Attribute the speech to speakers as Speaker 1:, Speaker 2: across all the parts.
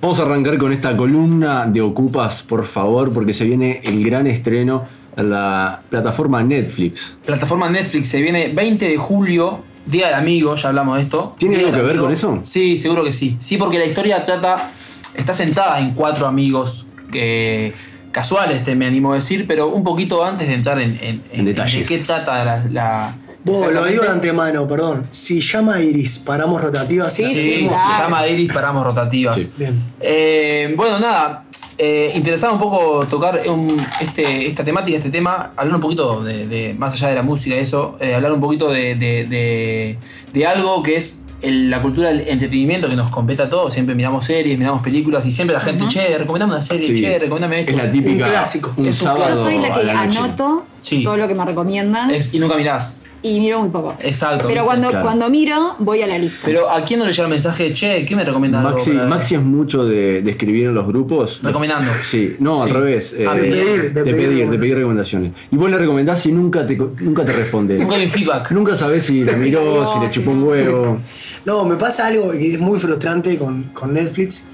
Speaker 1: Vamos a arrancar con esta columna de Ocupas, por favor, porque se viene el gran estreno a la plataforma Netflix.
Speaker 2: Plataforma Netflix se viene 20 de julio, Día del Amigo, ya hablamos de esto.
Speaker 1: ¿Tiene
Speaker 2: Día
Speaker 1: algo
Speaker 2: del
Speaker 1: que ver
Speaker 2: Amigo.
Speaker 1: con eso?
Speaker 2: Sí, seguro que sí. Sí, porque la historia trata, está sentada en cuatro amigos que- casuales, te me animo a decir, pero un poquito antes de entrar en, en- en-
Speaker 1: detalles.
Speaker 2: de qué trata la... la-
Speaker 3: Vos, lo digo de
Speaker 2: exactamente.
Speaker 3: antemano, perdón. Si llama Iris, paramos rotativa.
Speaker 2: Sí, se
Speaker 3: hacemos.
Speaker 2: llama Iris, paramos rotativas.
Speaker 1: Sí.
Speaker 3: Bien.
Speaker 2: Eh, bueno, nada. eh, interesaba un poco tocar un- este, esta temática, este tema, hablar un poquito de, de- más allá de la música y eso, eh, hablar un poquito de, de- de- de algo que es el- la cultura del entretenimiento que nos compete a todos. Siempre miramos series, miramos películas y siempre la gente, che, recomendame una serie,
Speaker 1: Sí.
Speaker 2: che, recomendame esto.
Speaker 1: Es la típica.
Speaker 3: Un clásico.
Speaker 1: Un
Speaker 2: Es un
Speaker 1: sábado.
Speaker 2: Claro,
Speaker 4: Yo soy la
Speaker 1: a
Speaker 4: que
Speaker 1: noche.
Speaker 4: anoto
Speaker 2: Sí.
Speaker 4: todo lo que me recomiendan
Speaker 2: Es- y nunca mirás.
Speaker 4: y miro muy poco.
Speaker 2: Exacto.
Speaker 4: Pero cuando,
Speaker 1: Claro.
Speaker 4: cuando miro, voy a la lista.
Speaker 2: Pero ¿a quién no le llega el mensaje de, che, qué me recomiendas? algo
Speaker 1: Maxi,
Speaker 2: para ver?"
Speaker 1: Maxi es mucho de, de escribir en los grupos.
Speaker 2: Recomendando.
Speaker 1: Sí, no,
Speaker 2: Sí.
Speaker 1: al revés.
Speaker 2: Ah,
Speaker 1: eh,
Speaker 2: de
Speaker 3: pedir, de
Speaker 1: de,
Speaker 3: pedir
Speaker 1: pedir, de pedir recomendaciones. Y vos le recomendás y nunca te, nunca te responde.
Speaker 2: Nunca hay un feedback.
Speaker 1: Nunca sabés si la miró, si le
Speaker 4: si
Speaker 1: chupó un huevo.
Speaker 3: No, me pasa algo que es muy frustrante con, con Netflix.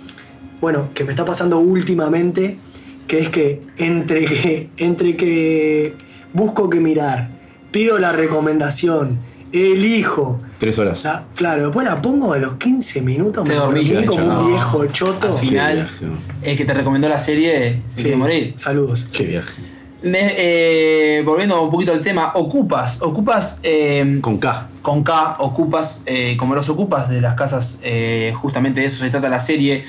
Speaker 3: Bueno, que me está pasando últimamente, que es que entre que, entre que busco que mirar, pido la recomendación, elijo.
Speaker 1: Tres horas.
Speaker 3: la- claro, después la pongo a los 15 minutos, me
Speaker 2: Te dormís,
Speaker 3: dormí como
Speaker 1: no.
Speaker 3: un viejo choto.
Speaker 2: Al final,
Speaker 1: Qué viaje.
Speaker 2: el que te recomendó la serie se
Speaker 3: Sí,
Speaker 2: quiere morir.
Speaker 3: Saludos.
Speaker 1: Qué viaje.
Speaker 2: Ne- eh, volviendo un poquito al tema, ocupas, ocupas eh,
Speaker 1: Con K.
Speaker 2: con K, ocupas, eh, como los ocupas de las casas, eh, justamente de eso se trata la serie.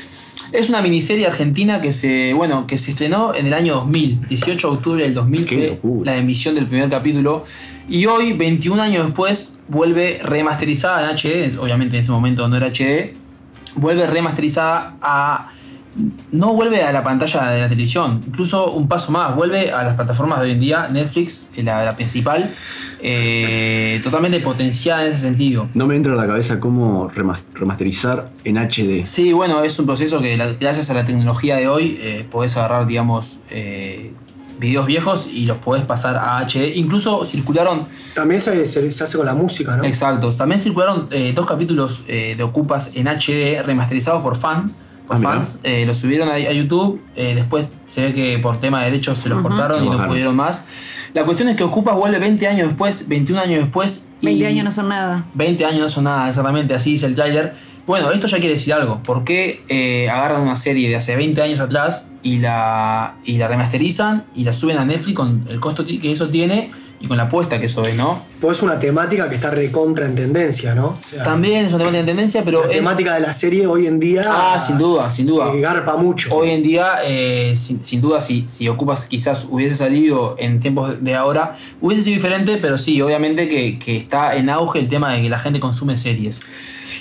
Speaker 2: Es una miniserie argentina que se, bueno, que se estrenó en el año 2000, 18 de octubre del 2000
Speaker 1: Qué
Speaker 2: fue
Speaker 1: locura.
Speaker 2: la emisión del primer capítulo y hoy, 21 años después, vuelve remasterizada en HD, es- obviamente en ese momento no era HD, vuelve remasterizada a... No vuelve a la pantalla de la televisión, incluso un paso más, vuelve a las plataformas de hoy en día, Netflix, la, la principal, eh, totalmente potenciada en ese sentido.
Speaker 1: No me entra a la cabeza cómo remas- remasterizar en HD.
Speaker 2: Sí, bueno, es un proceso que la- gracias a la tecnología de hoy eh, podés agarrar, digamos, eh, videos viejos y los podés pasar a HD. Incluso circularon,
Speaker 3: También se, se- se hace con la música, ¿no?
Speaker 2: exactos, también circularon eh, dos capítulos eh, de Ocupas en HD remasterizados por fan. Por
Speaker 1: Ah, mirá.
Speaker 2: fans, eh, los subieron a, a YouTube, eh, después se ve que por tema de derechos se los cortaron y no
Speaker 1: Bajaron.
Speaker 2: pudieron más. La cuestión es que Ocupas vuelve 20 años después, 21 años después. y-
Speaker 4: 20 años no son nada.
Speaker 2: 20 años no son nada, exactamente, así dice el trailer. Bueno, esto ya quiere decir algo. ¿Por qué eh, agarran una serie de hace 20 años atrás y la, y la remasterizan y la suben a Netflix con el costo ti- que eso tiene y con la apuesta que eso es, ¿no?
Speaker 3: Pues es una temática que está recontra en tendencia, ¿no? O sea,
Speaker 2: También es una temática de tendencia, pero
Speaker 3: la
Speaker 2: es...
Speaker 3: temática de la serie hoy en día.
Speaker 2: Ah, sin duda, sin duda.
Speaker 3: eh, garpa mucho.
Speaker 2: Hoy en día, eh, sin, sin duda, si, si ocupas quizás hubiese salido en tiempos de ahora, hubiese sido diferente, pero sí, obviamente que, que está en auge el tema de que la gente consume series.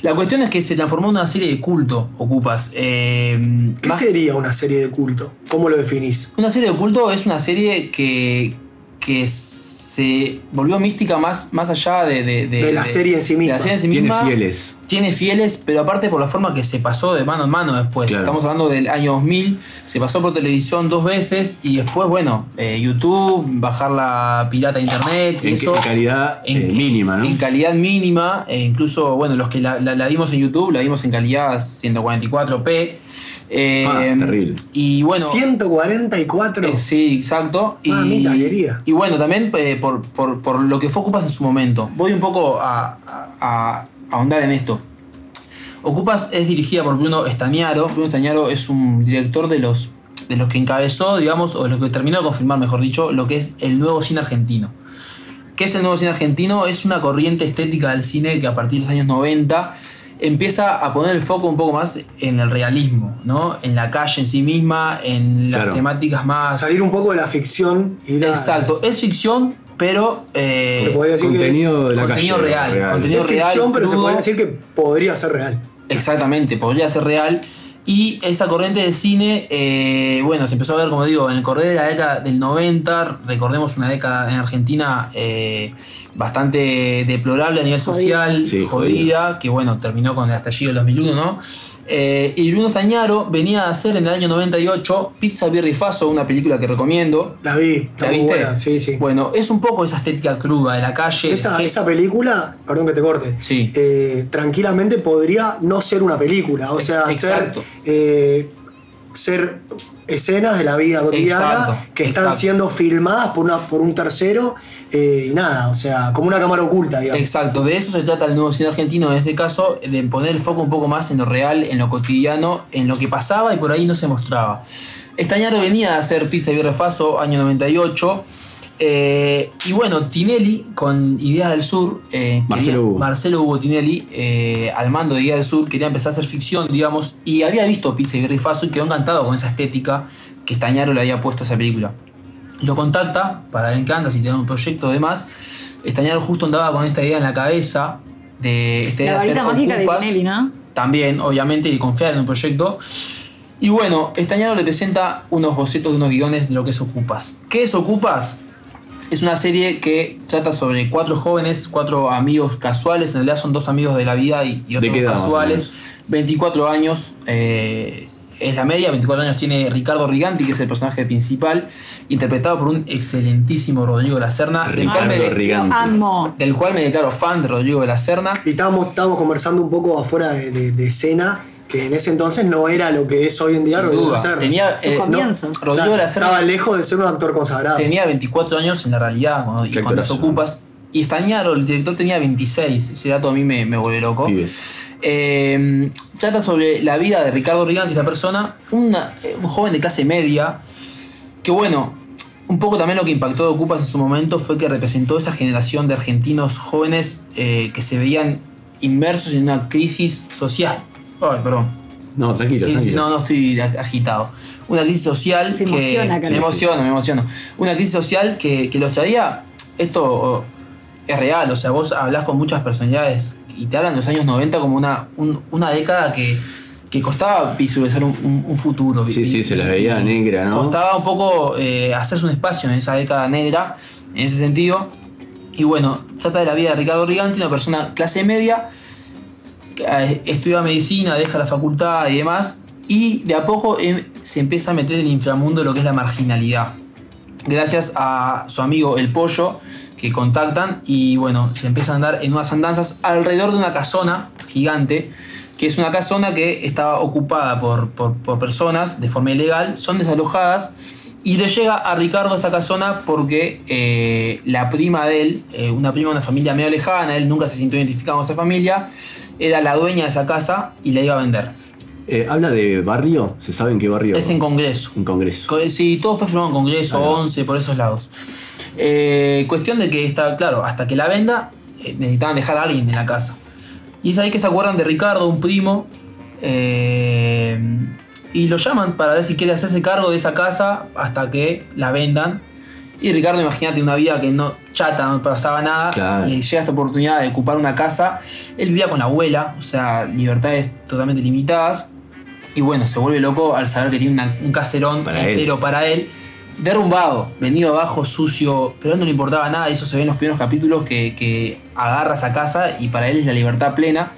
Speaker 2: La cuestión es que se transformó en una serie de culto, ocupas. Eh,
Speaker 3: ¿Qué
Speaker 2: más-
Speaker 3: sería una serie de culto? ¿Cómo lo definís?
Speaker 2: una serie de culto es una serie que, que se volvió mística más, más allá de, de- de-
Speaker 3: De la
Speaker 2: de-
Speaker 3: serie en sí
Speaker 2: de la
Speaker 3: misma.
Speaker 2: serie en sí
Speaker 1: Tiene
Speaker 2: misma
Speaker 1: fieles.
Speaker 2: tiene fieles, pero aparte por la forma que se pasó de mano en mano después.
Speaker 1: Claro.
Speaker 2: Estamos hablando del año 2000, se pasó por televisión dos veces y después, bueno, eh, YouTube, bajar la pirata a internet, y
Speaker 1: En,
Speaker 2: eso.
Speaker 1: en calidad
Speaker 2: en-
Speaker 1: eh, mínima, ¿no?
Speaker 2: En calidad mínima, e incluso, bueno, los que la, la- la vimos en YouTube, la vimos en calidad 144p. eh,
Speaker 1: Ah, terrible.
Speaker 2: Y bueno.
Speaker 3: 144.
Speaker 2: Eh, sí, exacto. Y,
Speaker 3: Mamita querida.
Speaker 2: y bueno, también eh, por, por- por lo que fue Ocupas en su momento. Voy un poco a, a- a ahondar en esto. Ocupas es dirigida por Bruno Estañaro. Bruno Estañaro es un director de los, de los que encabezó, digamos, o de los que terminó de confirmar, mejor dicho, lo que es el nuevo cine argentino. ¿Qué es el nuevo cine argentino? Es una corriente estética del cine que a partir de los años 90 empieza a poner el foco un poco más en el realismo, ¿no? En la calle en sí misma, en las
Speaker 1: Claro.
Speaker 2: temáticas más...
Speaker 3: Salir un poco de la ficción y la-
Speaker 2: Exacto, es ficción, pero... eh,
Speaker 3: Se podría decir
Speaker 1: Contenido de la
Speaker 2: contenido
Speaker 1: calle.
Speaker 2: real,
Speaker 3: que
Speaker 2: contenido-
Speaker 3: es,
Speaker 2: medio
Speaker 3: es ficción,
Speaker 2: real,
Speaker 3: pero se
Speaker 2: crudo.
Speaker 3: podría decir que podría ser real.
Speaker 2: Exactamente, podría ser real. Y esa corriente de cine, eh, bueno, se empezó a ver, como digo, en el correr de la década del 90, recordemos una década en Argentina eh, bastante deplorable a nivel social,
Speaker 1: Sí,
Speaker 2: jodida, que bueno, terminó con el estallido del 2001, ¿no? Eh, y Bruno Tañaro venía a hacer en el año 98 Pizza Birrifazo, una película que recomiendo.
Speaker 3: La vi, está
Speaker 2: ¿La
Speaker 3: muy
Speaker 2: viste?
Speaker 3: buena. Sí, sí.
Speaker 2: Bueno, es un poco esa estética cruda de la calle.
Speaker 3: Esa,
Speaker 2: gente-
Speaker 3: esa película, perdón que te corte,
Speaker 2: Sí.
Speaker 3: eh, tranquilamente podría no ser una película, o
Speaker 2: Ex-
Speaker 3: sea, ser,
Speaker 2: exacto.
Speaker 3: eh, ser escenas de la vida cotidiana
Speaker 2: Exacto,
Speaker 3: que están
Speaker 2: exacto.
Speaker 3: siendo filmadas por, una, por un tercero eh, y nada, o sea, como una cámara oculta, digamos.
Speaker 2: Exacto, de eso se trata el nuevo cine argentino, en ese caso, de poner el foco un poco más en lo real, en lo cotidiano, en lo que pasaba y por ahí no se mostraba. Estañaro venía a hacer Pizza y Refaso, año 98. eh, y bueno, Tinelli con Ideas del Sur, eh,
Speaker 1: Marcelo Hugo.
Speaker 2: Marcelo Hugo Tinelli, eh, al mando de Ideas del Sur, quería empezar a hacer ficción, digamos, y había visto Pizza y Refaso y quedó encantado con esa estética que Estañaro le había puesto a esa película lo contacta para ver en qué anda, si tiene un proyecto o demás. Estañaro justo andaba con esta idea en la cabeza de este,
Speaker 4: La varita
Speaker 2: hacer
Speaker 4: mágica de
Speaker 2: ocupas.
Speaker 4: Tinelli, ¿no?
Speaker 2: También, obviamente, y confiar en el proyecto. Y bueno, Estañaro le presenta unos bocetos de unos guiones de lo que es Ocupas. ¿Qué es Ocupas? Es una serie que trata sobre cuatro jóvenes, cuatro amigos casuales, en realidad son dos amigos de la vida y, y
Speaker 1: ¿De
Speaker 2: otros
Speaker 1: qué edad, más o
Speaker 2: casuales.
Speaker 1: menos?
Speaker 2: 24 años eh, es la media, 24 años tiene Ricardo Riganti, que es el personaje principal, interpretado por un excelentísimo Rodrigo de la Serna, del cual, me,
Speaker 1: Ricardo Rigante.
Speaker 4: Ah, Amo.
Speaker 2: del cual me declaro fan de Rodrigo de la Serna.
Speaker 3: Y estábamos, estábamos conversando un poco afuera de, de- de escena, que en ese entonces no era lo que es hoy en día
Speaker 2: Sin
Speaker 3: Rodrigo
Speaker 2: duda.
Speaker 3: Lacerda.
Speaker 2: Tenía,
Speaker 4: Sus
Speaker 2: eh, no,
Speaker 4: comienzos.
Speaker 2: Rodrigo
Speaker 3: Claro,
Speaker 2: de la Serna
Speaker 3: estaba lejos de ser un actor consagrado.
Speaker 2: tenía 24 años en la realidad cuando, y
Speaker 1: Qué
Speaker 2: cuando se
Speaker 1: corazón.
Speaker 2: ocupas. Y Estañaro, el director, tenía 26. Ese dato a mí me, me vuelve loco.
Speaker 1: Pibes.
Speaker 2: Eh, trata sobre la vida de Ricardo Riganti, esta persona, una- eh, un joven de clase media, que bueno, un poco también lo que impactó de Ocupas en su momento fue que representó esa generación de argentinos jóvenes eh, que se veían inmersos en una crisis social. Ay, perdón.
Speaker 1: No, tranquilo,
Speaker 2: Crisis-
Speaker 1: tranquilo.
Speaker 2: No, no estoy ag- agitado. Una crisis social
Speaker 4: Se
Speaker 2: que
Speaker 4: emociona, Carlos.
Speaker 2: me emociona, me emociona. Una crisis social que, que los traía. Esto oh, es real, o sea, vos hablás con muchas personalidades y te hablan de los años 90 como una, un- una década que, que costaba visualizar un, un- un futuro.
Speaker 1: Sí, sí, se las veía negra, ¿no?
Speaker 2: Costaba un poco eh, hacerse un espacio en esa década negra, en ese sentido. Y bueno, trata de la vida de Ricardo Riganti, una persona clase media, que, eh, estudia medicina, deja la facultad y demás, y de a poco em, se empieza a meter en el inframundo de lo que es la marginalidad. Gracias a su amigo El Pollo, que contactan y bueno, se empieza a andar en unas andanzas alrededor de una casona gigante, que es una casona que estaba ocupada por, por- por personas de forma ilegal, son desalojadas. Y le llega a Ricardo esta casona porque eh, la prima de él, eh, una prima de una familia medio lejana, él nunca se sintió identificado con esa familia, era la dueña de esa casa y la iba a vender.
Speaker 1: Eh, Habla de barrio, ¿se sabe en qué barrio?
Speaker 2: Es en Congreso.
Speaker 1: En Congreso.
Speaker 2: Co- Sí, todo fue firmado en Congreso,
Speaker 1: Ah, no.
Speaker 2: 11, por esos lados. Eh, cuestión de que está, claro, hasta que la venda, eh, necesitaban dejar a alguien en la casa. Y es ahí que se acuerdan de Ricardo, un primo, eh, y lo llaman para ver si quiere hacerse cargo de esa casa hasta que la vendan. Y Ricardo, imagínate una vida que no chata, no pasaba nada,
Speaker 1: Claro.
Speaker 2: le llega esta oportunidad de ocupar una casa. Él vivía con la abuela, o sea, libertades totalmente limitadas. Y bueno, se vuelve loco al saber que tiene una- un caserón
Speaker 1: Para él.
Speaker 2: entero para él. Derrumbado, venido abajo, sucio, pero a él no le importaba nada. Y eso se ve en los primeros capítulos que, que agarra esa casa y para él es la libertad plena.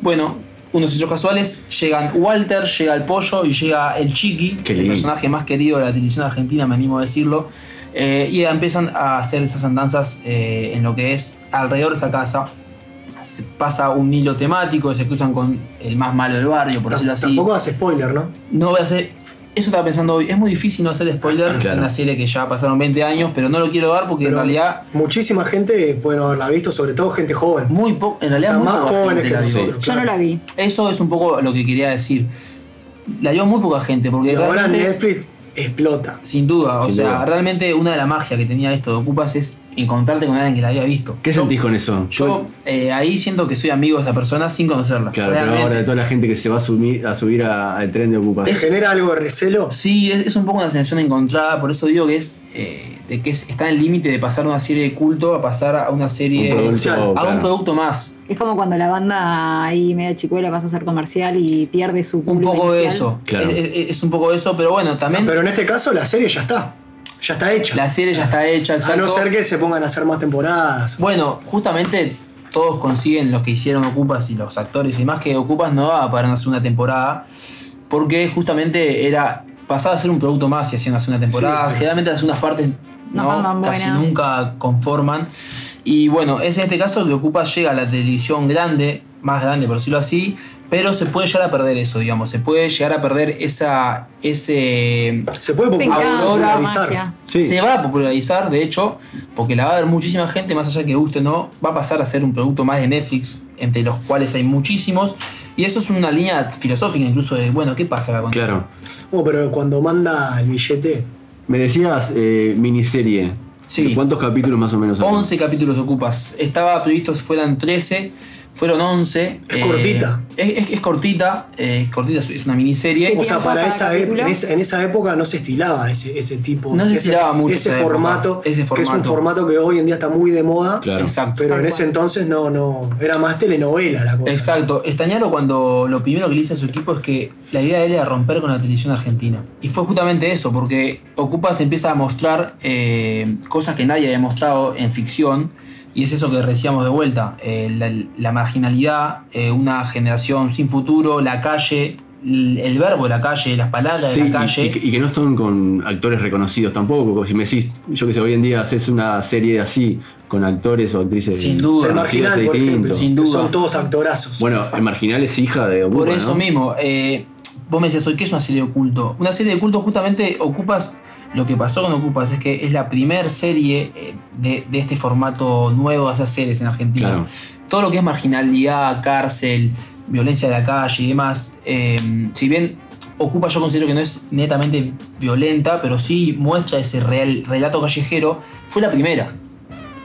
Speaker 2: Bueno, unos hechos casuales. Llegan Walter, llega el pollo y llega el Chiqui,
Speaker 1: Qué
Speaker 2: el
Speaker 1: lindo.
Speaker 2: personaje más querido de la televisión argentina, me animo a decirlo. Eh, y empiezan a hacer esas andanzas eh, en lo que es alrededor de esa casa. Se pasa un hilo temático, se cruzan con el más malo del barrio, por
Speaker 3: T-
Speaker 2: decirlo así.
Speaker 3: Tampoco hace spoiler, ¿no?
Speaker 2: No voy a hacer. Eso estaba pensando hoy. Es muy difícil no hacer spoiler
Speaker 1: Claro.
Speaker 2: en una serie que ya pasaron 20 años, pero no lo quiero dar porque
Speaker 3: Pero
Speaker 2: en realidad.
Speaker 3: muchísima gente puede no haberla visto, sobre todo gente joven.
Speaker 2: Muy poco. En
Speaker 3: O
Speaker 2: realidad,
Speaker 3: sea,
Speaker 2: muy
Speaker 3: más
Speaker 2: poca
Speaker 3: jóvenes
Speaker 2: gente
Speaker 3: que
Speaker 2: la vio.
Speaker 3: nosotros.
Speaker 4: Yo no la vi.
Speaker 2: Eso es un poco lo que quería decir. La dio muy poca gente porque
Speaker 3: Y ahora
Speaker 2: realmente-
Speaker 3: Netflix explota.
Speaker 2: Sin duda, o
Speaker 1: Sin
Speaker 2: sea,
Speaker 1: duda.
Speaker 2: realmente una de las magias que tenía esto de Ocupas es encontrarte con alguien que la había visto.
Speaker 1: ¿Qué
Speaker 2: yo,
Speaker 1: sentís con eso?
Speaker 2: Yo eh, ahí siento que soy amigo de esa persona sin conocerla.
Speaker 1: Claro, pero
Speaker 2: realmente.
Speaker 1: ahora de toda la gente que se va a, sumir- a subir a- al tren de
Speaker 3: ¿Te
Speaker 1: ocupación.
Speaker 3: genera algo de recelo?
Speaker 2: Sí, es, es un poco una sensación encontrada, por eso digo que es eh, de que es- está en el límite de pasar de una serie de culto a pasar a una serie
Speaker 1: un producto,
Speaker 3: comercial,
Speaker 2: a un
Speaker 1: claro.
Speaker 2: producto más.
Speaker 4: Es como cuando la banda ahí media chicuela pasa a ser comercial y pierde su
Speaker 2: Un
Speaker 4: público
Speaker 2: poco de
Speaker 4: inicial.
Speaker 2: eso.
Speaker 1: Claro.
Speaker 2: Es, es- es un poco de eso, pero bueno, también
Speaker 3: Pero en este caso la serie ya está. Ya está hecha.
Speaker 2: la serie ya está hecha,
Speaker 3: a
Speaker 2: exacto.
Speaker 3: no ser que se pongan a hacer más temporadas.
Speaker 2: Bueno, justamente todos consiguen lo que hicieron Ocupas y los actores y más que Ocupas no daba para una segunda temporada porque justamente era pasaba a ser un producto más y hacían la segunda temporada
Speaker 3: Sí.
Speaker 2: generalmente las segundas partes
Speaker 4: No
Speaker 2: no,
Speaker 4: forman
Speaker 2: casi
Speaker 4: buenas.
Speaker 2: nunca conforman y bueno es en este caso que Ocupas llega a la televisión grande más grande por decirlo así pero se puede llegar a perder eso digamos se puede llegar a perder esa ese
Speaker 3: Se puede
Speaker 4: Se encanta,
Speaker 3: popularizar.
Speaker 4: magia.
Speaker 1: Sí.
Speaker 2: se va a popularizar, de hecho, porque la va a ver muchísima gente, más allá que guste o no, va a pasar a ser un producto más de Netflix, entre los cuales hay muchísimos. Y eso es una línea filosófica incluso de, bueno, ¿qué pasa acá con
Speaker 1: Claro.
Speaker 3: Bueno, pero cuando manda el billete,
Speaker 1: Me decías eh, miniserie.
Speaker 2: Sí.
Speaker 1: ¿Cuántos capítulos más o menos? hay?
Speaker 2: 11 capítulos ocupas. Estaba previsto que fueran 13, fueron 11.
Speaker 3: Es cortita.
Speaker 2: Es, es- es cortita, eh, es cortita, es- es una miniserie.
Speaker 3: o
Speaker 4: tiempo
Speaker 3: sea, para
Speaker 4: cada
Speaker 3: esa e-
Speaker 4: capítulo?
Speaker 3: en, esa, en esa época no se estilaba ese, ese tipo
Speaker 2: No se
Speaker 3: ese-
Speaker 2: estilaba mucho
Speaker 3: ese,
Speaker 2: esa época,
Speaker 3: formato,
Speaker 2: ese
Speaker 3: que es un
Speaker 2: formato.
Speaker 3: formato que hoy en día está muy de moda,
Speaker 1: Claro.
Speaker 2: Exacto.
Speaker 3: pero
Speaker 4: Tal
Speaker 3: en ese
Speaker 4: cual.
Speaker 3: entonces no, no, era más telenovela la cosa.
Speaker 2: Exacto. Estañaro cuando lo primero que le dice a su equipo es que la idea de él era romper con la televisión argentina. Y fue justamente eso, porque Ocupas empieza a mostrar eh, cosas que nadie había mostrado en ficción. Y es eso que decíamos de vuelta, eh, la, la marginalidad, eh, una generación sin futuro, la calle, l- el verbo de la calle, las palabras
Speaker 1: Sí,
Speaker 2: de
Speaker 1: y-
Speaker 2: la calle.
Speaker 1: y, que- y que no están con actores reconocidos tampoco. Como si me decís, yo que sé, hoy en día haces una serie así con actores o actrices.
Speaker 2: Sin duda.
Speaker 3: El
Speaker 1: conocidas,
Speaker 3: marginal,
Speaker 1: es
Speaker 3: por
Speaker 1: distinto.
Speaker 3: ejemplo,
Speaker 2: Sin
Speaker 3: que
Speaker 2: duda.
Speaker 3: son todos actorazos.
Speaker 1: Bueno, el marginal es hija de Ocupa,
Speaker 2: Por eso
Speaker 1: ¿no?
Speaker 2: mismo, eh, vos me decías hoy, ¿qué es una serie de culto? Una serie de culto justamente ocupas, lo que pasó con Ocupas es que es la primer serie eh, de, de este formato nuevo de hacer series en Argentina.
Speaker 1: Claro.
Speaker 2: Todo lo que es marginalidad, cárcel, violencia de la calle y demás, eh, si bien Ocupa yo considero que no es netamente violenta, pero sí muestra ese real, relato callejero, fue la primera.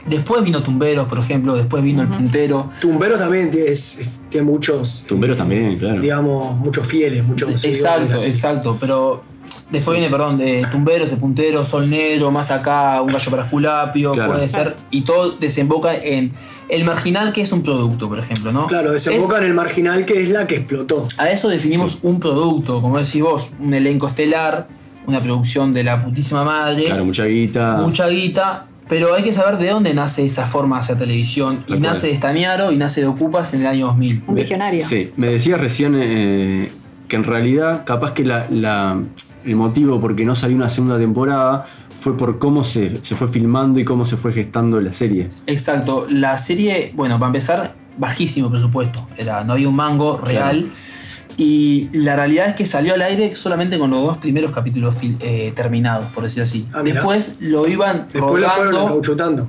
Speaker 2: Después vino Tumberos, por ejemplo, después vino El Puntero.
Speaker 3: Tumberos también tiene, es- es- tiene muchos. eh,
Speaker 1: Tumberos también, claro.
Speaker 3: Digamos, muchos fieles, muchos. seguidores,
Speaker 2: Exacto,
Speaker 3: así.
Speaker 2: exacto. Pero después viene, perdón, de tumberos, de punteros, sol negro, más acá, un gallo para Esculapio,
Speaker 1: Claro.
Speaker 2: puede ser. Y todo desemboca en el marginal, que es un producto, por ejemplo, ¿no?
Speaker 3: Claro, desemboca
Speaker 2: Es-
Speaker 3: en el marginal que es la que explotó.
Speaker 2: a eso definimos un producto, como decís vos, un elenco estelar, una producción de la putísima madre,
Speaker 1: Claro, mucha guita.
Speaker 2: mucha guita. Pero hay que saber de dónde nace esa forma hacia televisión. Y
Speaker 1: Tal cual.
Speaker 2: nace de Stamiaro y nace de Ocupas en el año 2000.
Speaker 4: Un visionario.
Speaker 1: Sí, me decías recién eh, que en realidad capaz que la, la- el motivo por qué no salió una segunda temporada fue por cómo se, se fue filmando y cómo se fue gestando la serie.
Speaker 2: Exacto, la serie, bueno, para empezar, bajísimo presupuesto, era, no había un mango real. Y la realidad es que salió al aire solamente con los dos primeros capítulos fil- eh, terminados, por decirlo así.
Speaker 3: Ah, mirá.
Speaker 2: Después lo iban
Speaker 3: Después la fueron
Speaker 2: rodando,
Speaker 3: encautando.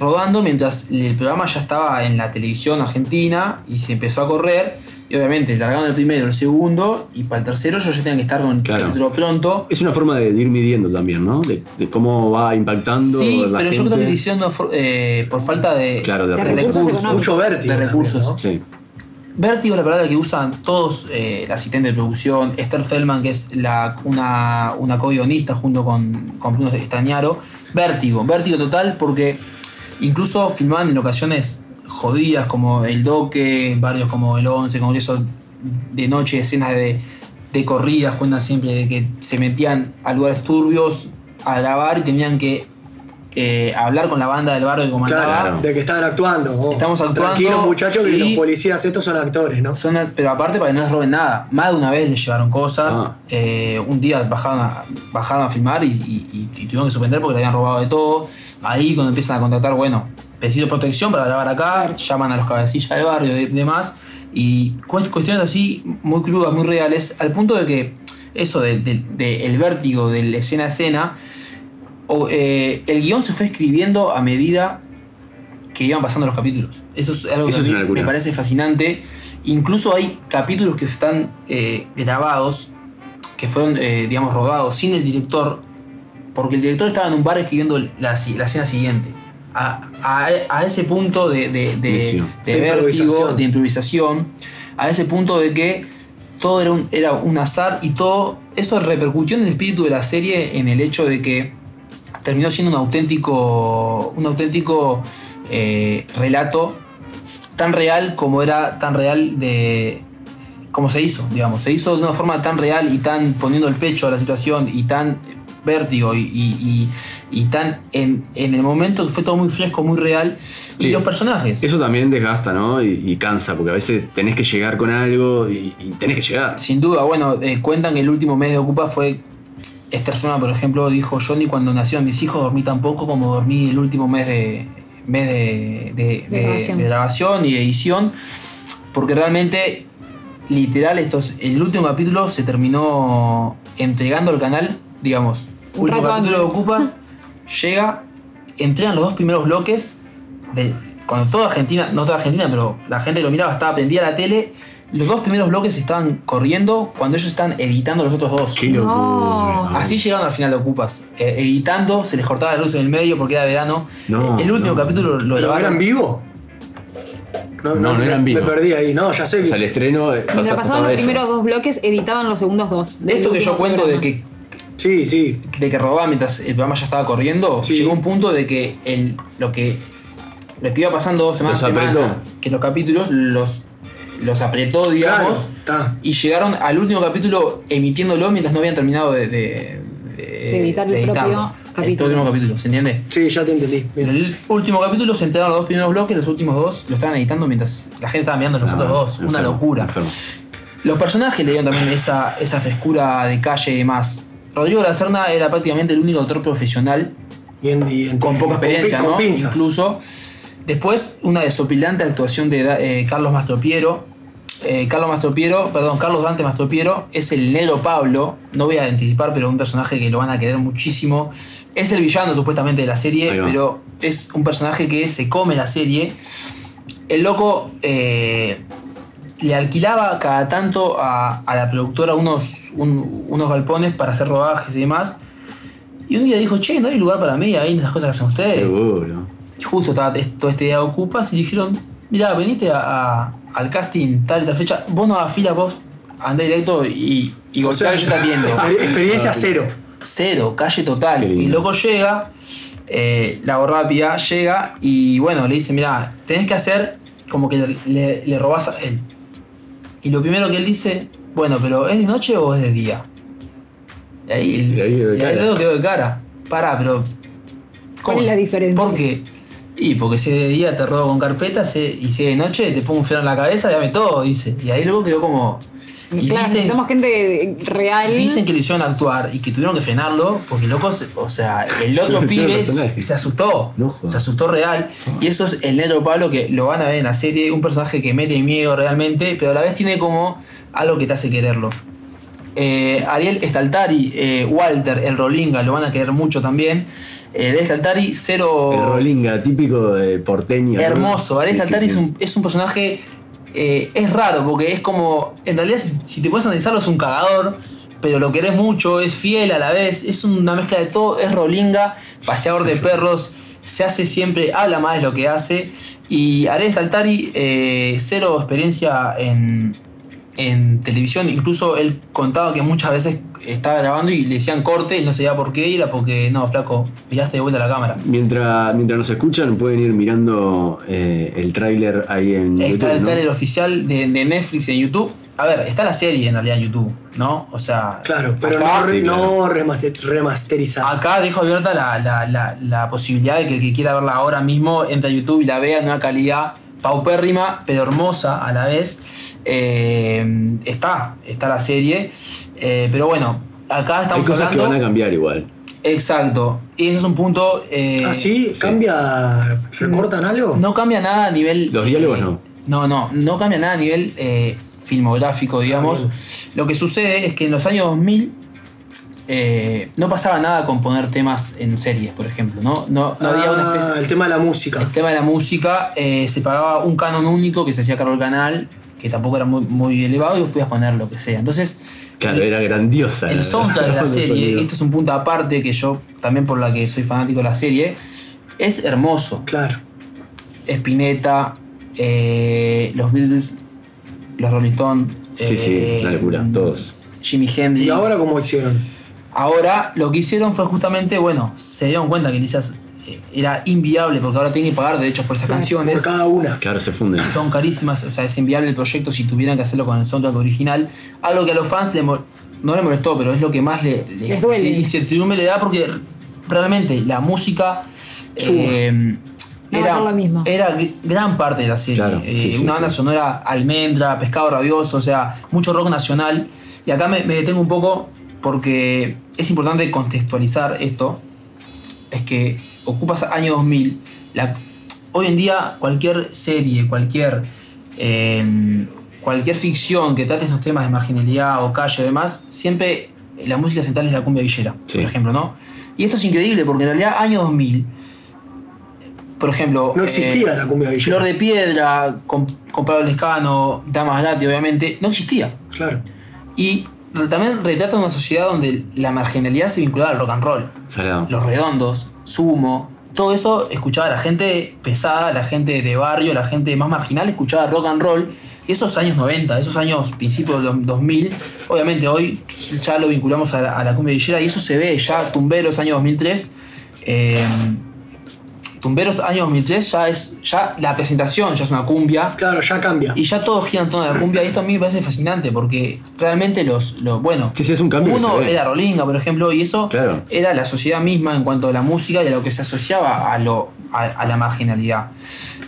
Speaker 2: rodando mientras el programa ya estaba en la televisión argentina y se empezó a correr. Y obviamente largaron el primero, el segundo, y para el tercero ellos ya tenían que estar con el
Speaker 1: Claro.
Speaker 2: capítulo pronto.
Speaker 1: Es una forma de ir midiendo también, ¿no? De, de cómo va impactando.
Speaker 2: Sí,
Speaker 1: la
Speaker 2: pero yo
Speaker 1: gente.
Speaker 2: creo que lo hicieron de for- eh, por falta de,
Speaker 1: Claro, de
Speaker 4: De
Speaker 1: repente.
Speaker 4: recursos
Speaker 2: recursos,
Speaker 4: económicos.
Speaker 3: Mucho vértigo.
Speaker 2: de
Speaker 3: también,
Speaker 2: recursos.
Speaker 3: ¿no?
Speaker 1: Sí,
Speaker 2: Vértigo es la palabra que usan todos, eh, el asistente de producción, Esther Feldman, que es la, una, una co-guionista junto con, con Bruno Estañaro. Vértigo, vértigo total, porque incluso filmaban en ocasiones jodidas como El Doque, varios como El 11, Congreso de Noche, escenas de, de corridas, cuentan siempre de que se metían a lugares turbios a grabar y tenían que eh, hablar con la banda del barrio que comandaba.
Speaker 3: Claro, de que estaban actuando. oh.
Speaker 2: Estamos actuando
Speaker 3: Tranquilos, muchachos, que
Speaker 2: y-
Speaker 3: los policías estos son actores, ¿no?
Speaker 2: Son al- pero aparte para que no les roben nada. Más de una vez les llevaron cosas.
Speaker 1: Ah.
Speaker 2: Eh, un día bajaron a, bajaron a filmar y, y- y- y tuvieron que suspender porque le habían robado de todo. Ahí cuando empiezan a contratar, bueno, pedido protección para grabar acá, llaman a los cabecillas de barrio y demás. Y cuest- cuestiones así muy crudas, muy reales, al punto de que eso del vértigo, del escena a escena, o, eh, el guión se fue escribiendo a medida que iban pasando los capítulos. Eso es algo
Speaker 1: Eso
Speaker 2: que
Speaker 1: es
Speaker 2: a mí
Speaker 1: una locura.
Speaker 2: me parece fascinante. Incluso hay capítulos que están eh, grabados, que fueron, eh, digamos, rodados sin el director, porque el director estaba en un bar escribiendo la, si- la escena siguiente. A, a- a ese punto de, de, de-
Speaker 1: Necio.
Speaker 2: de
Speaker 3: De
Speaker 2: vértigo,
Speaker 3: improvisación.
Speaker 2: de improvisación, a ese punto de que todo era un, era un azar y todo eso repercutió en el espíritu de la serie en el hecho de que terminó siendo un auténtico, un auténtico eh, relato tan real como era tan real de como se hizo, digamos, se hizo de una forma tan real y tan poniendo el pecho a la situación y tan vértigo y, y- y- y tan en, en el momento que fue todo muy fresco, muy real.
Speaker 1: Sí.
Speaker 2: Y los personajes.
Speaker 1: Eso también desgasta, ¿no? Y, y cansa, porque a veces tenés que llegar con algo y, y tenés que llegar.
Speaker 2: Sin duda, bueno, eh, cuentan que el último mes de Ocupa fue. Esta persona, por ejemplo, dijo: Yo ni cuando nacieron mis hijos dormí tan poco como dormí el último mes de, mes de, de-
Speaker 4: De
Speaker 2: de-
Speaker 4: grabación.
Speaker 2: de grabación y de edición, porque realmente, literal, estos, el último capítulo se terminó entregando al canal, digamos.
Speaker 4: Un
Speaker 2: último
Speaker 4: rato
Speaker 2: capítulo de
Speaker 4: antes.
Speaker 2: Ocupas, llega, entregan los dos primeros bloques de, cuando toda Argentina, no toda Argentina, pero la gente que lo miraba estaba prendida la tele, los dos primeros bloques estaban corriendo cuando ellos estaban editando los otros dos.
Speaker 1: Qué
Speaker 4: No.
Speaker 1: locura.
Speaker 2: Así llegaron al final de Ocupas, eh, editando, se les cortaba la luz en el medio porque era verano. Eh,
Speaker 1: No,
Speaker 2: el último
Speaker 1: no.
Speaker 2: capítulo lo
Speaker 3: ¿Pero eran
Speaker 2: grabaron.
Speaker 3: vivo?
Speaker 1: No, no eran
Speaker 3: me-
Speaker 1: vivo.
Speaker 3: Me perdí ahí, no, ya sé
Speaker 1: O sea, el
Speaker 3: que.
Speaker 1: estreno eh, pasa-
Speaker 4: Mientras pasaban
Speaker 1: pasaba
Speaker 4: los
Speaker 1: eso.
Speaker 4: primeros dos bloques, editaban los segundos dos.
Speaker 2: De
Speaker 4: del
Speaker 2: esto que yo
Speaker 4: último
Speaker 2: cuento de
Speaker 4: programa.
Speaker 2: que,
Speaker 3: Sí, sí.
Speaker 2: de que robaban mientras el programa ya estaba corriendo,
Speaker 3: Sí.
Speaker 2: llegó un punto de que el, lo que lo que iba pasando semana
Speaker 1: Los
Speaker 2: a semana,
Speaker 1: apretó.
Speaker 2: que los capítulos los, los apretó,
Speaker 3: Claro,
Speaker 2: digamos.
Speaker 3: está.
Speaker 2: Y llegaron al último capítulo emitiéndolo mientras no habían terminado de, de,
Speaker 4: De editar el
Speaker 2: editarlo.
Speaker 4: propio
Speaker 2: El
Speaker 4: capítulo.
Speaker 2: último capítulo, ¿se entiende?
Speaker 3: Sí, ya te entendí.
Speaker 2: En
Speaker 3: Bien.
Speaker 2: el último capítulo se enteraron los dos primeros bloques, los últimos dos lo estaban editando mientras la gente estaba mirando Ah, los
Speaker 1: No,
Speaker 2: otros dos. Una
Speaker 1: Ah, enfermo,
Speaker 2: locura.
Speaker 1: enfermo.
Speaker 2: Los personajes le dieron también esa, esa frescura de calle y demás. Rodrigo Lacerna era prácticamente el único actor profesional
Speaker 3: Y en- y en-
Speaker 2: con poca experiencia,
Speaker 3: con
Speaker 2: ¿no?
Speaker 3: pinzas.
Speaker 2: Incluso. Después, una desopilante actuación de Da- eh, Carlos Mastropiero. Eh, Carlos Mastropiero, perdón, Carlos Dante Mastropiero es el negro Pablo. No voy a anticipar, pero un personaje que lo van a querer muchísimo. Es el villano supuestamente de la
Speaker 1: Ahí
Speaker 2: serie,
Speaker 1: va.
Speaker 2: pero es un personaje que se come la serie. El loco eh, le alquilaba cada tanto a, a la productora unos, un- unos galpones para hacer rodajes y demás. Y un día dijo, che, no hay lugar para mí ahí en esas cosas que hacen ustedes.
Speaker 1: Seguro.
Speaker 2: Y justo estaba es- todo este día de ocupas y dijeron, mirá, venite a- a- al casting tal y tal fecha, vos no hagas fila, vos andá directo y, y
Speaker 3: O sea,
Speaker 2: golpea y yo te atiendo.
Speaker 3: exper- Experiencia cero.
Speaker 2: Cero, calle total.
Speaker 1: Qué lindo.
Speaker 2: Y loco llega, eh, la borrapia llega y bueno, le dice, mirá, tenés que hacer como que le, le- le robás a él. Y lo primero que él dice, bueno, pero ¿es de noche o es de día? Y ahí el,
Speaker 1: Y ahí quedó de
Speaker 2: y ahí el
Speaker 1: cara.
Speaker 2: dedo quedó de cara. Pará, pero
Speaker 4: ¿Cuál es la diferencia?
Speaker 2: ¿Por qué? Y porque si es de día te robo con carpetas eh, y si es de noche te pongo un fierro en la cabeza, dame todo, dice. Y ahí luego quedó como... Y
Speaker 4: Claro,
Speaker 2: dicen-
Speaker 4: necesitamos gente real.
Speaker 2: Dicen que lo hicieron actuar y que tuvieron que frenarlo porque locos, o sea, el otro
Speaker 1: Sí, claro,
Speaker 2: pibe
Speaker 1: personaje.
Speaker 2: se asustó,
Speaker 1: No jodas. Ah.
Speaker 2: se asustó real y eso es el negro Pablo que lo van a ver en la serie, un personaje que mete miedo realmente, pero a la vez tiene como algo que te hace quererlo. Eh, Ariel Staltari, eh, Walter, el Rolinga, lo van a querer mucho también. Eh, de Staltari, cero...
Speaker 1: El Rolinga, típico de porteño. ¿no?
Speaker 2: Oh. Hermoso. Alex
Speaker 1: Sí, sí,
Speaker 2: Altari
Speaker 1: sí.
Speaker 2: Es, un, es un personaje. eh, es raro porque es como. En realidad, si, si te puedes analizarlo, es un cagador. Pero lo querés mucho, es fiel a la vez, es una mezcla de todo, es rolinga, paseador de perros, se hace siempre, habla más de lo que hace. Y Ares Altari, eh, cero experiencia en, en televisión, incluso él contaba que muchas veces estaba grabando y le decían corte, y no sabía por qué, y era porque, no, flaco, miraste de vuelta la cámara.
Speaker 1: Mientras, mientras nos escuchan, pueden ir mirando eh, el tráiler ahí en
Speaker 2: Está
Speaker 1: YouTube,
Speaker 2: el
Speaker 1: ¿no?
Speaker 2: trailer oficial de, de Netflix en YouTube. A ver, está la serie en realidad en YouTube, ¿no? O sea.
Speaker 3: Claro, pero
Speaker 2: acá, Ah,
Speaker 3: no, re-
Speaker 1: sí, claro.
Speaker 3: no remaster- remasterizado.
Speaker 2: acá dejo abierta la, la- la- la posibilidad de que el que quiera verla ahora mismo entre a YouTube y la vea en una calidad paupérrima, pero hermosa a la vez. Eh, está, está la serie. Eh, pero bueno, acá
Speaker 1: Hay
Speaker 2: estamos
Speaker 1: cosas
Speaker 2: hablando.
Speaker 1: que van a cambiar igual.
Speaker 2: Exacto. Y ese es un punto. eh,
Speaker 1: Ah,
Speaker 3: ¿Así? ¿Ah, ¿Cambia? ¿Recortan algo?
Speaker 2: Mm, No cambia nada a nivel. eh,
Speaker 1: Los diálogos no.
Speaker 2: No, no, no cambia nada a nivel eh, filmográfico, digamos.
Speaker 3: Ah, bien.
Speaker 2: Lo que sucede es que en los años 2000 eh, no pasaba nada con poner temas en series, por ejemplo, ¿no? No, no había una
Speaker 3: Ah,
Speaker 2: especie. Este,
Speaker 3: El tema de la música.
Speaker 2: El tema de la música eh, se pagaba un canon único que se hacía cargo el canal, que tampoco era muy, muy elevado y vos podías poner lo que sea. Entonces.
Speaker 1: Claro, era grandiosa.
Speaker 2: El soundtrack de la
Speaker 1: Eh, Los
Speaker 2: serie,
Speaker 1: sonidos.
Speaker 2: y esto es un punto aparte que yo también por la que soy fanático de la serie, es hermoso.
Speaker 3: Claro.
Speaker 2: Spinetta, eh, los Beatles, los Rolling Stones.
Speaker 1: Sí, sí,
Speaker 2: eh,
Speaker 1: la locura, todos.
Speaker 2: Jimi Hendrix.
Speaker 3: ¿Y ahora cómo hicieron?
Speaker 2: Ahora lo que hicieron fue justamente, bueno, se dieron cuenta que quizás eh, era inviable porque ahora tienen que pagar derechos por esas
Speaker 4: Claro,
Speaker 3: Por
Speaker 2: canciones.
Speaker 3: cada una.
Speaker 1: Claro, se funden.
Speaker 2: Son carísimas, o sea, es inviable el proyecto si tuvieran que hacerlo con el soundtrack original. Algo que a los fans le mo- no le molestó, pero es lo que más le, le-
Speaker 4: Les duele.
Speaker 2: sí, incertidumbre le da porque realmente la música
Speaker 3: Suma.
Speaker 2: eh,
Speaker 4: Va a pasar lo mismo.
Speaker 2: era gr- gran parte de la serie.
Speaker 1: Claro,
Speaker 2: Eh,
Speaker 1: sí, sí,
Speaker 2: una banda
Speaker 1: sí.
Speaker 2: sonora almendra, pescado rabioso, o sea, mucho rock nacional. Y acá me, me detengo un poco porque es importante contextualizar esto. Es que ocupas año 2000. la- hoy en día cualquier serie, cualquier, eh, cualquier ficción que trate estos temas de marginalidad o calle y demás, siempre la música central es la cumbia villera,
Speaker 1: Sí.
Speaker 2: por ejemplo, ¿no? Y esto es increíble porque en realidad año 2000, por ejemplo...
Speaker 3: No existía la cumbia villera.
Speaker 2: eh, Flor de Piedra, con, con Pablo Lescano, Damas Gatti, obviamente, no existía.
Speaker 3: Claro.
Speaker 2: Y re- también retrata una sociedad donde la marginalidad se vinculaba al rock and roll.
Speaker 1: Salado.
Speaker 2: Los redondos, sumo, todo eso escuchaba la gente pesada, la gente de barrio, la gente más marginal escuchaba rock and roll. Y esos años 90, esos años principios de los 2000, obviamente hoy ya lo vinculamos a la, a la cumbia villera y eso se ve ya, Tumberos, año 2003. eh, Tumberos, año 2003, ya es ya la presentación ya es una cumbia.
Speaker 3: Claro, ya cambia.
Speaker 2: Y ya todo gira en torno a la cumbia. Y esto a mí me parece fascinante porque realmente los. los bueno,
Speaker 1: Sí, sí, es un cambio que
Speaker 2: uno
Speaker 1: se ve.
Speaker 2: era Rolinga, por ejemplo, y eso
Speaker 1: Claro.
Speaker 2: era la sociedad misma en cuanto a la música y a lo que se asociaba a, lo, a, a la marginalidad.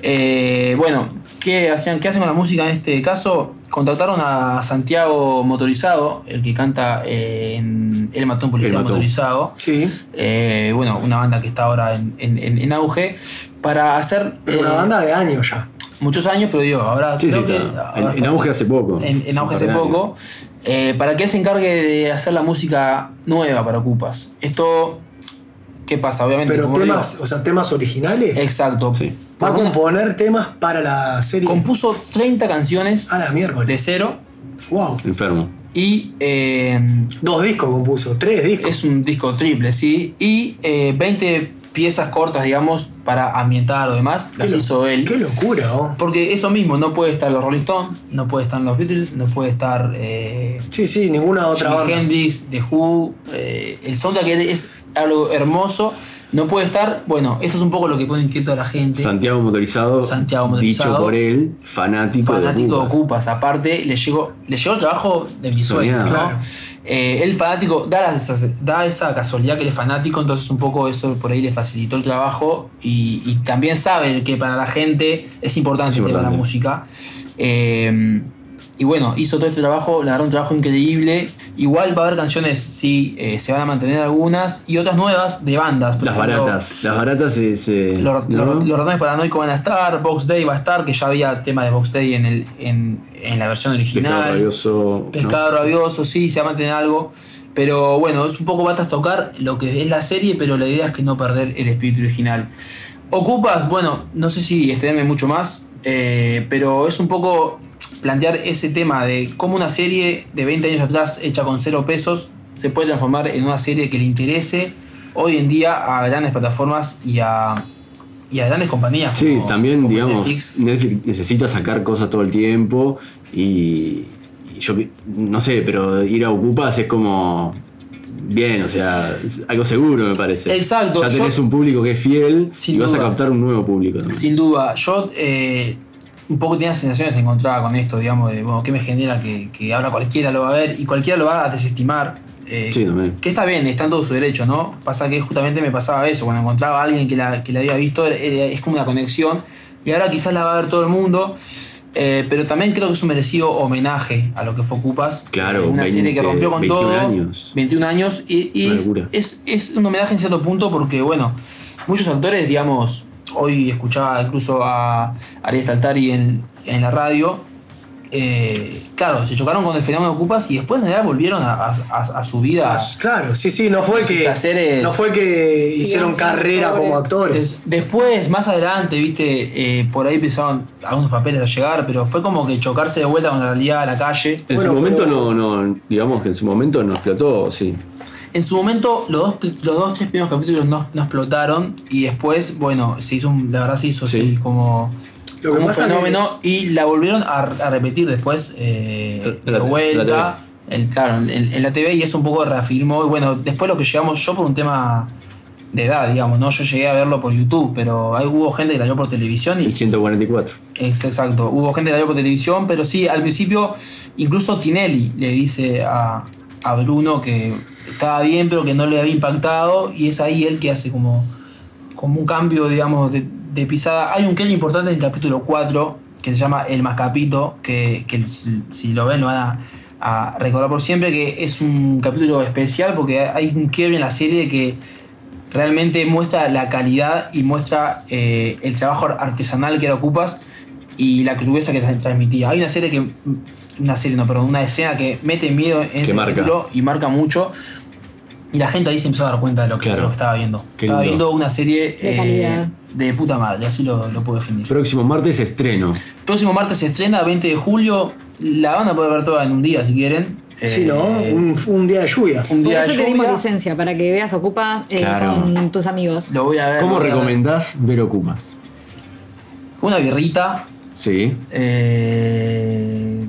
Speaker 2: Eh, bueno, ¿qué, hacían, ¿qué hacen con la música en este caso? Contrataron a Santiago Motorizado, el que canta eh, en El Matón Policía
Speaker 1: Mató.
Speaker 2: Motorizado
Speaker 3: Sí.
Speaker 2: eh, bueno, una banda que está ahora en, en- en- en auge, para hacer
Speaker 3: Pero
Speaker 2: eh,
Speaker 3: una banda de años ya.
Speaker 2: muchos años, pero digo, ahora
Speaker 1: Sí, sí,
Speaker 2: creo que
Speaker 1: está.
Speaker 2: ahora
Speaker 1: En, en
Speaker 2: está-
Speaker 1: auge hace poco.
Speaker 2: en, en auge hace
Speaker 1: Hace
Speaker 2: poco, eh, para que él se encargue de hacer la música nueva para Ocupas. Esto, ¿qué pasa? Obviamente,
Speaker 3: Pero
Speaker 2: como
Speaker 3: temas,
Speaker 2: digo,
Speaker 3: o sea, temas originales.
Speaker 2: exacto.
Speaker 1: Sí.
Speaker 3: Va a
Speaker 2: Por una-
Speaker 3: componer temas para la serie.
Speaker 2: compuso 30 canciones
Speaker 3: a las
Speaker 2: de
Speaker 3: miércoles.
Speaker 2: cero
Speaker 3: Wow.
Speaker 1: Enfermo.
Speaker 2: y eh,
Speaker 3: Dos discos compuso, tres discos.
Speaker 2: es un disco triple, ¿sí? Y eh, 20 piezas cortas, digamos, para ambientar o demás, las
Speaker 3: Qué lo-
Speaker 2: hizo él.
Speaker 3: Qué locura, ¿no?
Speaker 2: Porque eso mismo, no puede estar los Rolling Stones, no puede estar los Beatles, no puede estar eh,
Speaker 3: Sí, sí, ninguna otra
Speaker 2: Jimi
Speaker 3: banda.
Speaker 2: Hendrix, The Who. eh, el soundtrack es algo hermoso, no puede estar. Bueno, esto es un poco lo que pone inquieto a la gente.
Speaker 1: Santiago motorizado.
Speaker 2: Santiago Motorizado.
Speaker 1: Dicho por él, fanático,
Speaker 2: fanático de
Speaker 1: de Cuba.
Speaker 2: Ocupas. Aparte, le llegó, le llegó el trabajo de mis
Speaker 1: Soñado.
Speaker 2: sueños, ¿no?
Speaker 3: Claro.
Speaker 2: Eh, el fanático da, las- esas- da esa casualidad que él es fanático, entonces un poco eso por ahí le facilitó el trabajo y, y también sabe que para la gente es importante,
Speaker 1: Es
Speaker 2: el tema de la
Speaker 1: importante.
Speaker 2: música. Eh, y bueno, hizo todo este trabajo, le agarró un trabajo increíble. Igual va a haber canciones, sí, eh, se van a mantener algunas y otras nuevas de bandas. por
Speaker 1: Las
Speaker 2: ejemplo,
Speaker 1: baratas. Las baratas se. se-
Speaker 2: los,
Speaker 1: Eh, ¿no?
Speaker 2: los- los ratones paranoicos van a estar, Box Day va a estar, que ya había tema de Box Day en, el, en, en la versión
Speaker 1: Pescado
Speaker 2: original.
Speaker 1: rabioso. ¿no?
Speaker 2: Pescado rabioso, sí, se va a mantener algo. Pero bueno, es un poco va a trastocar lo que es la serie, pero la idea es que no perder el espíritu original. Ocupas, bueno, no sé si extenderme mucho más, eh, pero es un poco plantear ese tema de cómo una serie de 20 años atrás hecha con cero pesos se puede transformar en una serie que le interese hoy en día a grandes plataformas y a, y a grandes compañías.
Speaker 1: Sí,
Speaker 2: como-
Speaker 1: también,
Speaker 2: como
Speaker 1: digamos,
Speaker 2: Netflix.
Speaker 1: Netflix. necesita sacar cosas todo el tiempo y, y yo pi- no sé, pero ir a Ocupas es como bien, o sea, es algo seguro me parece.
Speaker 2: Exacto,
Speaker 1: Ya tenés
Speaker 2: yo-
Speaker 1: un público que es fiel
Speaker 2: Sin
Speaker 1: y vas
Speaker 2: duda.
Speaker 1: a captar un nuevo público. también.
Speaker 2: Sin duda, yo eh, un poco tenía sensaciones encontradas con esto, digamos, de, bueno, ¿qué me genera que, que ahora cualquiera lo va a ver y cualquiera lo va a desestimar? Eh,
Speaker 1: Sí, también.
Speaker 2: Que está bien, está en todo su derecho, ¿no? Pasa que justamente me pasaba eso, cuando encontraba a alguien que la, que la había visto, era- era- es como una conexión, y ahora quizás la va a ver todo el mundo. eh, pero también creo que es un merecido homenaje a lo que fue Ocupas.
Speaker 1: Claro,
Speaker 2: una serie que
Speaker 1: 20,
Speaker 2: rompió con
Speaker 1: 21
Speaker 2: todo.
Speaker 1: años.
Speaker 2: 21 años y, y
Speaker 1: Una
Speaker 2: es,
Speaker 1: locura.
Speaker 2: es- es un homenaje en cierto punto porque, bueno, muchos actores, digamos, hoy escuchaba incluso a Ariel Saltari en, en la radio, eh, claro, se chocaron con el fenómeno de Ocupas y después en realidad volvieron a, a- a- a su vida.
Speaker 3: Ah, Claro, sí, sí, no fue
Speaker 2: Sus
Speaker 3: que.
Speaker 2: placeres.
Speaker 3: No fue que hicieron
Speaker 4: siendo
Speaker 3: carrera como actores.
Speaker 2: Des- Después, más adelante, viste, eh, por ahí empezaron algunos papeles a llegar, pero fue como que chocarse de vuelta con la realidad a la calle.
Speaker 1: En
Speaker 3: Bueno,
Speaker 1: su momento
Speaker 3: pero-
Speaker 1: no, no, digamos que en su momento no explotó, sí.
Speaker 2: En su momento, los dos, pri- los dos tres primeros capítulos no, no explotaron y después, bueno, se hizo, un- la verdad se hizo
Speaker 1: Sí.
Speaker 2: así como,
Speaker 3: Lo que
Speaker 2: como un
Speaker 3: pasa que-
Speaker 2: fenómeno y la volvieron a, a repetir después eh,
Speaker 1: La-
Speaker 2: de
Speaker 1: la-
Speaker 2: vuelta. el- claro, en, en la TV y eso un poco reafirmó. Y bueno, después lo que llegamos, yo por un tema de edad, digamos, ¿no? Yo llegué a verlo por YouTube, pero ahí hubo gente que la vio por televisión y
Speaker 1: El 144.
Speaker 2: Ex- Exacto, hubo gente que la vio por televisión, pero sí, al principio incluso Tinelli le dice a, a Bruno que estaba bien pero que no le había impactado y es ahí él que hace como, como un cambio, digamos, de, de pisada. Hay un cambio importante en el capítulo 4 que se llama El Mascapito, que, que si si lo ven lo van a, a recordar por siempre, que es un capítulo especial porque hay un quiebre en la serie que realmente muestra la calidad y muestra eh, el trabajo artesanal que era Ocupas y la crudeza que tra- transmitía. Hay una serie que. Una serie, no, perdón, una escena que mete miedo en ese
Speaker 1: marca.
Speaker 2: capítulo y marca mucho. Y la gente ahí se empezó a dar cuenta de lo que,
Speaker 1: Claro.
Speaker 2: lo que estaba viendo.
Speaker 1: Qué
Speaker 2: estaba
Speaker 1: lindo.
Speaker 2: viendo una serie eh,
Speaker 4: De calidad.
Speaker 2: de puta madre, así lo, lo puedo definir.
Speaker 1: Próximo martes estreno.
Speaker 2: Próximo martes se estrena, 20 de julio. La van a poder ver toda en un día si quieren.
Speaker 3: Sí,
Speaker 2: Eh,
Speaker 3: ¿no? Un, un día de lluvia.
Speaker 2: un
Speaker 4: Por
Speaker 2: día
Speaker 4: eso
Speaker 2: de
Speaker 4: te dimos
Speaker 2: lluvia.
Speaker 4: licencia, para que veas Ocupa eh,
Speaker 1: Claro.
Speaker 4: con tus amigos.
Speaker 2: Lo voy a ver.
Speaker 1: ¿Cómo
Speaker 2: lo voy Ah, a ver.
Speaker 1: recomendás ver Ocupas?
Speaker 2: Una birrita.
Speaker 1: Sí.
Speaker 2: eh,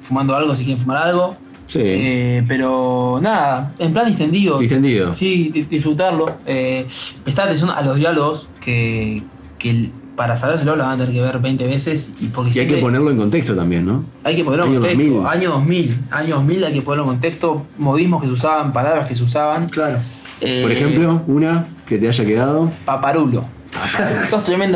Speaker 2: fumando algo si quieren fumar algo.
Speaker 1: Sí.
Speaker 2: Eh, pero nada, en plan distendido.
Speaker 1: Distendido.
Speaker 2: Sí, di- disfrutarlo. Eh, prestar atención a los diálogos que, que el- para sabérselo lo van a tener que ver 20 veces. Y, porque
Speaker 1: Y hay
Speaker 2: siempre-
Speaker 1: que ponerlo en contexto también, ¿no?
Speaker 2: Hay que ponerlo en
Speaker 1: Año
Speaker 2: contexto.
Speaker 1: 2000.
Speaker 2: Año 2000. Año 2000 hay que ponerlo en contexto. Modismos que se usaban, palabras que se usaban.
Speaker 3: Claro.
Speaker 2: Eh,
Speaker 1: Por ejemplo, una que te haya quedado.
Speaker 2: Paparulo. Sos tremendo